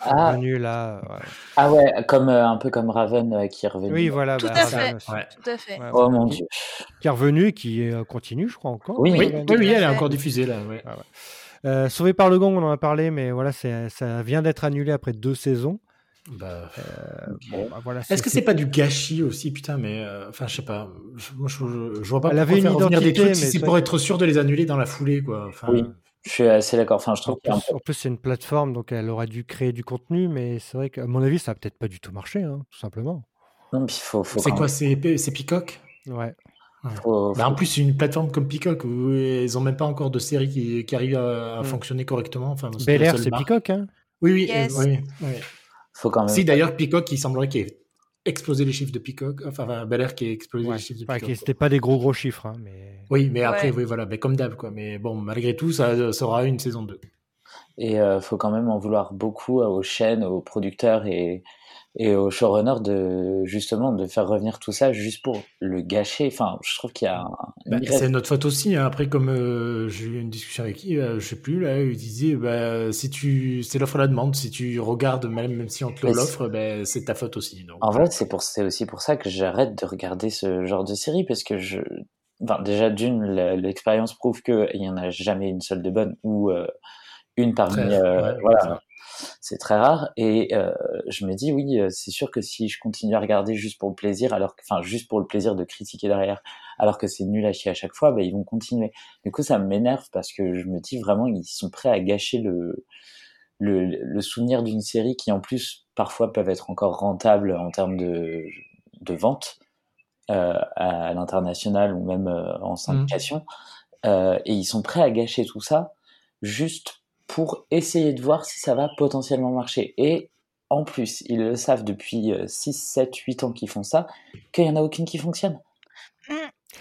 ah,
Revenu là. ouais.
ah ouais, comme euh, un peu comme Raven euh, qui est revenu.
Oui, voilà.
Tout
bah,
à
Raven
fait.
aussi.
Ouais.
Tout à fait.
Ouais,
Oh
ouais.
mon dieu.
Qui est revenu, qui euh, continue, je crois, encore.
Oui.
Oui, oui,
Raven.
oui, elle
fait.
est encore diffusée là. Ouais.
Euh, Sauvé par le gong, on en a parlé, mais voilà, c'est- ça vient d'être annulé après deux saisons.
Bah,
Bon, bah, voilà,
Est-ce que c'est pas du gâchis aussi, putain Mais euh, enfin, je sais pas. Je- Moi, je, je vois pas
Elle
pourquoi
avait une
faire revenir des
identité,
trucs si
mais
c'est
c'est
pour
vrai que-
être sûr de les annuler dans la foulée, quoi. Enfin,
Oui. Je suis assez d'accord. Enfin, je
En
trouve qu'il y a un
plus, en plus, c'est une plateforme, donc elle aurait dû créer du contenu, mais c'est vrai qu'à mon avis, ça a peut-être pas du tout marché, hein, tout simplement.
peu. Non, puis faut, faut
C'est
quand
quoi
même-
C'est c'est Peacock
Ouais.
faut-
Bah, En plus, c'est une plateforme comme Peacock où ils ont même pas encore de série qui, qui arrive à, à
Hmm.
fonctionner correctement. Enfin, la
Bel Air,
seule
c'est
marque.
Peacock, hein.
Oui, oui,
Yes.
euh, oui, oui.
faut quand même.
Si d'ailleurs Peacock, il semblerait qu'il ait explosé les chiffres de Peacock. Enfin, enfin, Bel Air qui ait explosé
Ouais.
les chiffres de
Enfin,
Peacock.
qui-
quoi.
C'était pas des gros gros chiffres, hein, mais.
Oui, mais après,
Ouais.
euh, oui, voilà, mais comme d'hab, quoi. Mais bon, malgré tout, ça, ça aura une saison 2.
Et euh, faut quand même en vouloir beaucoup euh, aux chaînes, aux producteurs et, et aux showrunners de justement de faire revenir tout ça juste pour le gâcher. Enfin, je trouve qu'il y a. un-
Bah,
une irré-
c'est notre faute aussi. hein. Après, comme euh, j'ai eu une discussion avec qui, euh, je sais plus, là, il disait, bah, si tu, c'est l'offre et la demande. Si tu regardes, même, même si on te
Mais
l'offre, bah, c'est Ah. ta faute aussi. Donc,
En vrai, c'est pour, c'est aussi pour ça que j'arrête de regarder ce genre de série parce que je, enfin, déjà d'une, la- l'expérience prouve que il y en a jamais une seule de bonne ou euh, une parmi,
Très-
euh,
ouais,
voilà,
c'est ça.
c'est très rare. Et euh, je me dis oui, euh, c'est sûr que si je continue à regarder juste pour le plaisir, alors, que- enfin, juste pour le plaisir de critiquer derrière, alors que c'est nul à chier à chaque fois, ben ils vont continuer. Du coup, ça m'énerve parce que je me dis vraiment, ils sont prêts à gâcher le le, le souvenir d'une série qui en plus parfois peuvent être encore rentables en termes de de vente euh, à l'international ou même euh, en syndication. Euh, et ils sont prêts à gâcher tout ça juste pour essayer de voir si ça va potentiellement marcher. Et en plus, ils le savent depuis euh, 6, 7, 8 ans qu'ils font ça, qu'il n'y en a aucune qui fonctionne.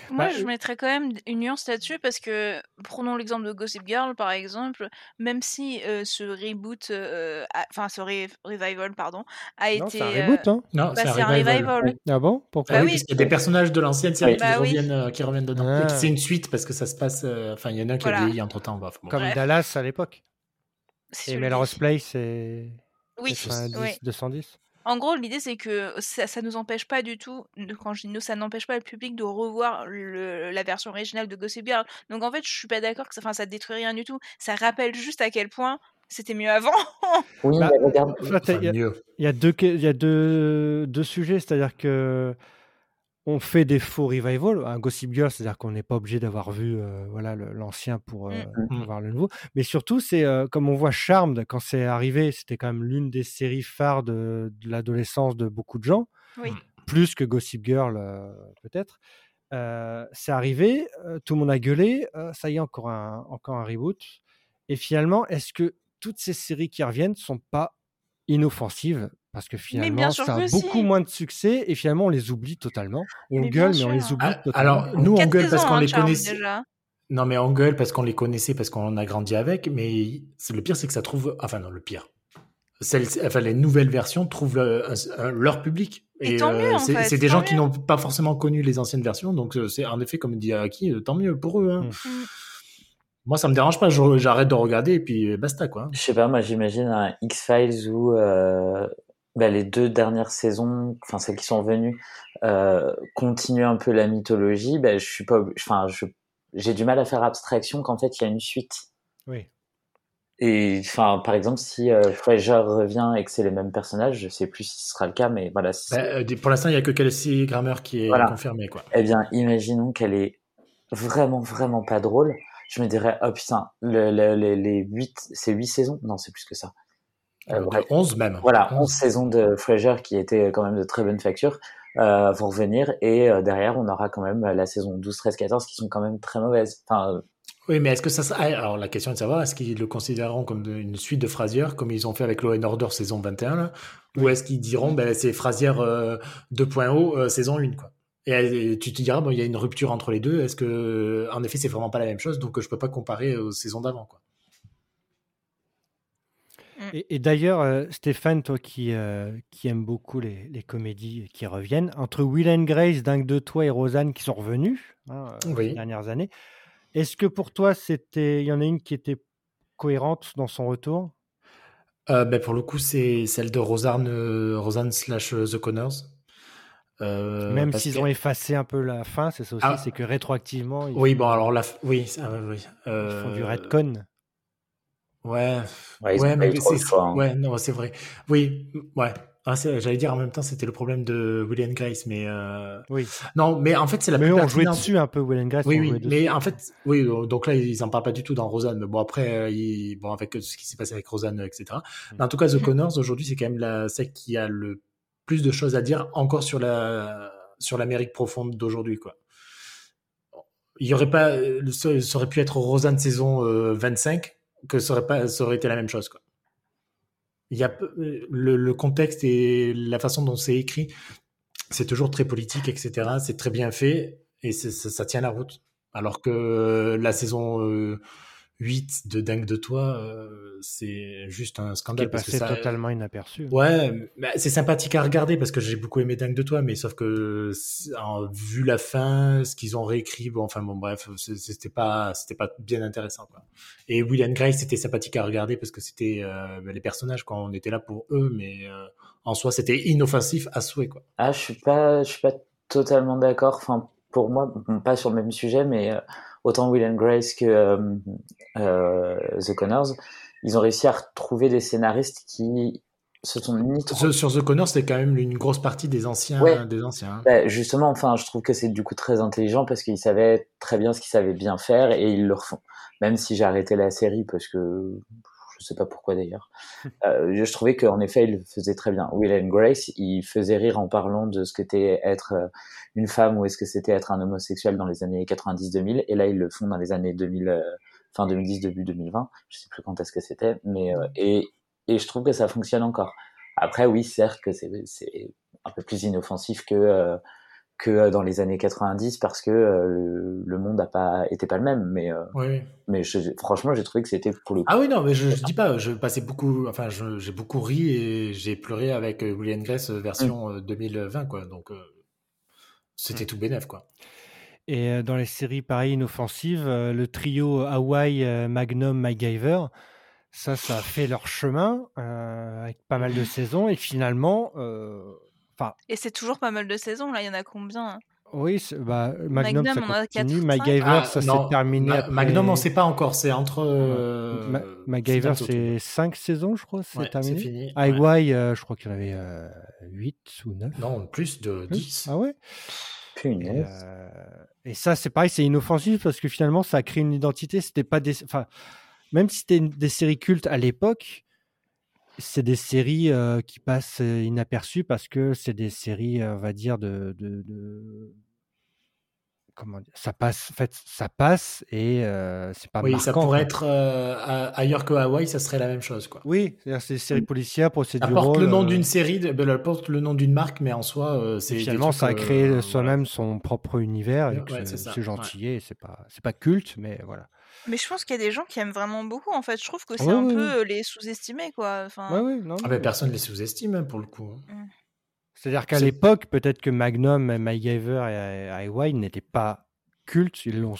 Moi,
Bah,
je
euh,
mettrais quand même une nuance là-dessus parce que, prenons l'exemple de Gossip Girl par exemple, même si euh, ce reboot, euh, a- enfin ce re- revival, pardon, a
Non,
été.
c'est un
euh,
reboot, hein
Non,
bah,
c'est un revival.
revival.
Ah bon Pourquoi
Ah
Bah oui.
oui, parce qu'il y a des personnages de l'ancienne série
Oui.
qui,
Bah oui.
reviennent, euh, qui reviennent dedans.
Ah.
Et puis, C'est une suite parce que ça se passe. euh, Enfin, il y en a un qui
Voilà.
a vieilli entre temps.
Comme
Bref.
Dallas à l'époque.
si
Et
je le
Melrose
dis.
Place et
Oui,
90,
oui.
210.
En gros, l'idée c'est que ça, ça nous empêche pas du tout, de- quand je dis nous, ça n'empêche pas le public de revoir le- la version originale de Gossip Girl. Donc en fait, je suis pas d'accord que ça, enfin, ça détruit rien du tout. Ça rappelle juste à quel point c'était mieux avant.
Oui,
Bah,
mais regarde,
Enfin, t'as- y a-
mieux.
Il y a deux, que- il y a deux, deux sujets, c'est-à-dire que on fait des faux revival, un Gossip Girl, c'est-à-dire qu'on n'est pas obligé d'avoir vu euh, voilà le- l'ancien
Mmh,
pour euh,
Mm.
voir le nouveau. Mais surtout, c'est euh, comme on voit Charmed quand c'est arrivé, c'était quand même l'une des séries phares de, de l'adolescence de beaucoup de gens,
Oui.
plus que Gossip Girl euh, peut-être. Euh, c'est arrivé, euh, tout le monde a gueulé, euh, ça y est encore un encore un reboot. Et finalement, est-ce que toutes ces séries qui reviennent sont pas inoffensives parce que
bien
finalement
sûr
ça a
que
beaucoup
si.
moins de succès et finalement on les oublie totalement. <laughs> On
Mais bien
gueule mais on
sûr.
les oublie
Ah,
totalement.
alors, nous, on
Quatre
gueule parce
saisons,
qu'on
hein,
les
Charmed,
connaissait.
déjà.
Non, mais on gueule parce qu'on les connaissait, parce qu'on en a grandi avec. Mais c'est- le pire, c'est que ça trouve. Enfin, non, le pire. Celles- enfin, les nouvelles versions trouvent euh, un- un- leur public. euh,
Et tant mieux, en
c'est
fait,
c'est des
tant
gens qui
mieux.
n'ont pas forcément connu les anciennes versions. Donc, euh, c'est en effet, comme dit Aki, euh, tant mieux pour eux. hein.
Mm.
Mm.
Moi, ça me dérange pas. je- J'arrête de regarder et puis euh, basta, quoi.
je sais pas, moi j'imagine un X-Files où euh, bah, les deux dernières saisons, enfin celles qui sont venues, euh, continuent un peu la mythologie. Bah, je suis pas, obli- enfin, je- j'ai du mal à faire abstraction qu'en fait il y a une suite.
Oui.
Et enfin, par exemple, si euh, Frasier revient et que c'est les mêmes personnages, je sais plus si ce sera le cas, mais voilà. si-
Bah, euh, pour l'instant, il n'y a que Kelsey Grammer qui est
Voilà.
confirmé, quoi.
Eh bien, imaginons qu'elle est vraiment, vraiment pas drôle. Je me dirais, oh putain, le- le- les, les huit, c'est huit saisons Non, c'est plus que ça. Euh,
Euh, de
bref.
11 même.
Voilà, 11
11.
saisons de Frasier qui étaient euh, quand même de très bonne facture euh, vont revenir et euh, derrière on aura quand même la saison 12, 13, 14 qui sont quand même très mauvaises. Enfin, euh,
Oui, mais est-ce que ça. sera- ah, Alors, la question est de savoir, est-ce qu'ils le considéreront comme de- une suite de Frasier, comme ils ont fait avec Law and Order saison 21, là, ou est-ce qu'ils diront, ben, c'est Frasier euh, 2.0 euh, saison 1, quoi. Et, euh, tu te diras, bon, il y a une rupture entre les deux, est-ce que. En effet, c'est vraiment pas la même chose, donc euh, je peux pas comparer aux saisons d'avant, quoi.
Et, et d'ailleurs, euh, Stéphane, toi qui, euh, qui aime beaucoup les, les comédies qui reviennent, entre Will and Grace, Dingue de toi et Rosanne qui sont revenus hein, euh,
Oui.
ces dernières années, est-ce que pour toi, c'était, il y en a une qui était cohérente dans son retour
Euh, ben, pour le coup, c'est celle de Rosanne, euh, Rosanne slash euh, The Connors. Euh,
Même
parce
s'ils
que-
ont effacé un peu la fin, c'est ça aussi,
Ah.
c'est que rétroactivement, ils,
Oui,
font,
bon, alors la. f- Oui, ça, oui, oui.
ils font du
Euh,
redcon.
Ouais,
Ouais, ils ont
ouais,
pas eu
mais
trop le
c'est-
choix, hein.
ouais, non, c'est vrai. Oui, m- ouais. Ah, c'est- J'allais dire en même temps, c'était le problème de William Grace, mais euh,
Oui.
non, mais en fait, c'est la
Mais
plus
on jouait
pertinente.
dessus un peu, Will and Grace.
hein. Oui,
on
oui,
jouait dessus.
mais en fait, oui, oh, donc là, ils en parlent pas du tout dans Rosanne. Bon, après, euh, ils- bon, avec ce qui s'est passé avec Rosanne, etc. Mais en tout cas, The Connors, aujourd'hui, c'est quand même la secte qui a le plus de choses à dire encore sur la sur l'Amérique profonde d'aujourd'hui, quoi. Il y aurait pas, euh, ça ça aurait pu être Rosanne saison euh, 25, que ça aurait pas, ça aurait été la même chose, quoi. Il y a peu- euh, le, le contexte et la façon dont c'est écrit, c'est toujours très politique, etc. C'est très bien fait et c'est- ça, ça tient la route. Alors que euh, la saison 8 de Dingue de toi, euh, c'est juste un
qui est
scandale. parce que
passé
ça-
totalement inaperçu.
Ouais, bah, c'est sympathique à regarder parce que j'ai beaucoup aimé Dingue de toi, mais sauf que c'est- en- vu la fin, ce qu'ils ont réécrit, bon, enfin bon, bref, c'est- c'était pas, c'était pas bien intéressant. Quoi. Et Will and Grace, c'était sympathique à regarder parce que c'était euh, bah, les personnages, quand on était là pour eux, mais euh, en soi, c'était inoffensif à souhait. Quoi.
Ah, je suis pas, je suis pas totalement d'accord. Enfin, pour moi, bon, pas sur le même sujet, mais euh, autant Will and Grace que euh, euh, The Connors, ils ont réussi à retrouver des scénaristes qui se sont ni trop
Sur- sur The Connor, c'était quand même une grosse partie des anciens,
Ouais.
des anciens. hein.
Bah, justement, enfin, je trouve que c'est du coup très intelligent parce qu'ils savaient très bien ce qu'ils savaient bien faire et ils le refont. Même si j'ai arrêté la série parce que je sais pas pourquoi d'ailleurs, euh, je trouvais qu'en effet ils le faisaient très bien. Will and Grace, ils faisaient rire en parlant de ce que c'était être euh, une femme ou est-ce que c'était être un homosexuel dans les années 90-2000 et là ils le font dans les années 2000, euh, fin 2010 début 2020. Je sais plus quand est-ce que c'était, mais euh, et et je trouve que ça fonctionne encore. Après, oui, certes que c'est c'est un peu plus inoffensif que euh, que euh, dans les années 90 parce que euh, le monde a pas était pas le même mais euh,
Ouais, ouais.
mais je- franchement j'ai trouvé que c'était pour le coup
Ah oui, non, mais je, je dis pas, je passais beaucoup, enfin, je- j'ai beaucoup ri et j'ai pleuré avec euh, Will and Grace euh,
Mm.
version euh, 2020, quoi. Donc, euh, c'était tout bénef, quoi.
Et euh, dans les séries pareil inoffensives, euh, le trio Hawaii, euh, Magnum, MacGyver, ça, ça a fait leur chemin euh, avec pas mal de saisons. Et finalement, euh,
Et c'est toujours pas mal de saisons, là, il y en a combien hein
oui, c'est- bah, Magnum,
Magnum, on
ça
en a quatre,
continue.
cinq.
MacGyver,
Ah,
ça
non,
s'est terminé.
Ma-
après-
Magnum, on sait pas encore, c'est entre. euh,
Ma-
c'est
MacGyver,
bientôt, tout.
c'est cinq saisons, je crois, c'est
Ouais, c'est
terminé.
fini. ouais.
Hawaii, euh, je crois qu'il y en avait 8 ou 9.
Non, plus de 10.
Ah ouais Et,
punaise.
euh, et ça, c'est pareil, c'est inoffensif parce que finalement, ça crée une identité. C'était pas des, enfin, même si c'était une- des séries cultes à l'époque, c'est des séries euh, qui passent euh, inaperçues parce que c'est des séries, euh, on va dire, de, de, de- comment dire, ça passe. En fait, ça passe et euh, c'est pas
oui,
marquant.
ça
quoi.
pourrait être euh, a- ailleurs que Hawaï, ça serait la même chose, quoi.
Oui, c'est-à-dire c'est des séries policières,
Elle
procédurales.
Mmh. porte le nom
euh,
d'une série, de- ben, elle porte le nom d'une marque, mais en soi, euh, c'est.
Et
des
finalement,
trucs,
ça a
euh,
créé
voilà.
soi-même son propre univers. et
Ouais,
que
ouais,
c'est
c'est ça,
c'est
ouais.
gentil et c'est pas, c'est pas culte, mais voilà.
Mais je pense qu'il y a des gens qui aiment vraiment beaucoup, en fait. Je trouve que c'est
Ah Ouais,
un
ouais,
peu euh, les sous-estimés, quoi. Enfin,
Ouais, ouais, non,
Ah,
non,
ben, personne ne les sous-estime, hein, pour le coup. hein.
C'est-à-dire qu'à
C'est-
l'époque, peut-être que Magnum, MacGyver et Highway n'étaient pas cultes, ils l'ont,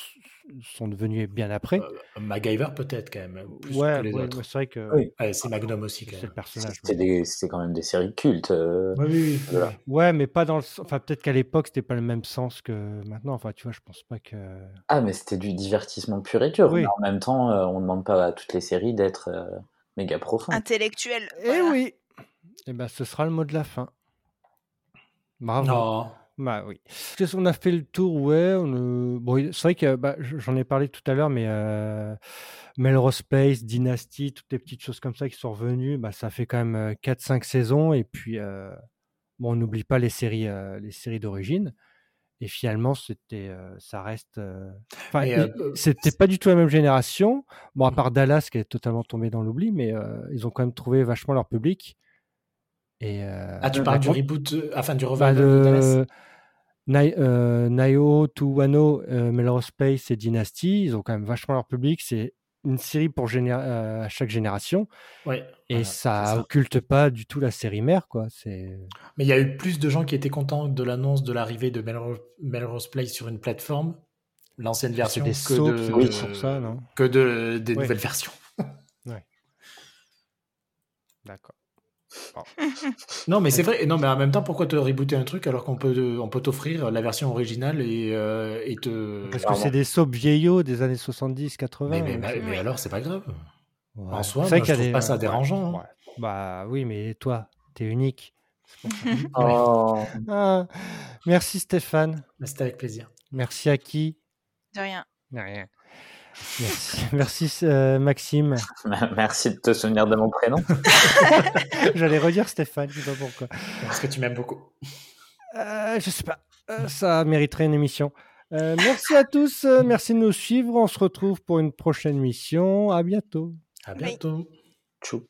sont devenus bien après.
Euh, MacGyver peut-être quand même, hein, plus
ouais,
que les
ouais,
autres.
ouais, c'est vrai que
Oui.
Ouais, c'est Magnum aussi quand
c'est le
même.
personnage.
c'est des- c'est quand même des séries cultes euh,
Oui, oui, oui.
Voilà.
Ouais, mais pas dans le. sens- Enfin, peut-être qu'à l'époque, c'était pas le même sens que maintenant. Enfin, tu vois, je pense pas que.
ah mais c'était du divertissement pur et dur
Oui.
mais en même temps euh, on demande pas à toutes les séries d'être euh, méga profondes
intellectuel.
Eh
voilà.
oui. Eh ben, ce sera le mot de la fin. Bravo.
Non.
Bah oui. Qu'est-ce qu'on a fait le tour Ouais, on, euh, bon, c'est vrai que bah, j- j'en ai parlé tout à l'heure, mais euh, Melrose Place, Dynasty, toutes les petites choses comme ça qui sont revenues, bah, ça fait quand même euh, 4-5 saisons. Et puis, euh, bon, on n'oublie pas les séries, euh, les séries d'origine. Et finalement, c'était, euh, ça reste. euh, enfin,
Mais,
ils-
euh, Mmh.
c'était pas du tout la même génération. Bon, à part Dallas qui est totalement tombé dans l'oubli, mais euh, ils ont quand même trouvé vachement leur public. Et, euh,
Ah, tu
Euh,
parles
bah,
du
bon.
reboot, euh, enfin du
bah,
revival de Dallas.
de Nai- euh, Naio, Tuwano, euh, Melrose Place et Dynasty, ils ont quand même vachement leur public. C'est une série pour géné- euh, à chaque génération
Ouais,
et
voilà,
ça,
c'est
occulte pas du tout la série mère, quoi. C'est
Mais il y a eu plus de gens qui étaient contents de l'annonce de l'arrivée de Melrose, Melrose Place sur une plateforme, l'ancienne
c'est
version,
des
que
soaps, c'est
de,
des trucs comme ça, non
que de des
Ouais.
nouvelles versions.
D'accord.
Non, mais c'est vrai. Non, mais en même temps, pourquoi te rebooter un truc alors qu'on peut on peut t'offrir la version originale et, euh, et te.
Parce que
Clairement.
c'est des soaps vieillots des années 70, 80.
mais, mais-
euh,
mais- mais
Oui.
alors, c'est pas grave.
ouais.
en soi,
C'est vrai
moi,
qu'il y a
je trouve
des-
pas ça
ouais,
dérangeant, hein.
ouais. Bah oui, mais toi, t'es unique.
oh. <laughs>
Ah, merci Stéphane.
Mais C'était avec plaisir.
Merci à qui
De rien.
Rien. Merci, <laughs> merci euh, Maxime.
merci de te souvenir de mon prénom
J'allais redire Stéphane, je sais pas pourquoi.
Parce que tu m'aimes beaucoup.
Euh, je sais pas, Euh, ça mériterait une émission. Euh, merci à tous, euh, merci de nous suivre. On se retrouve pour une prochaine mission. À bientôt.
À
Oui.
bientôt.
Tchou.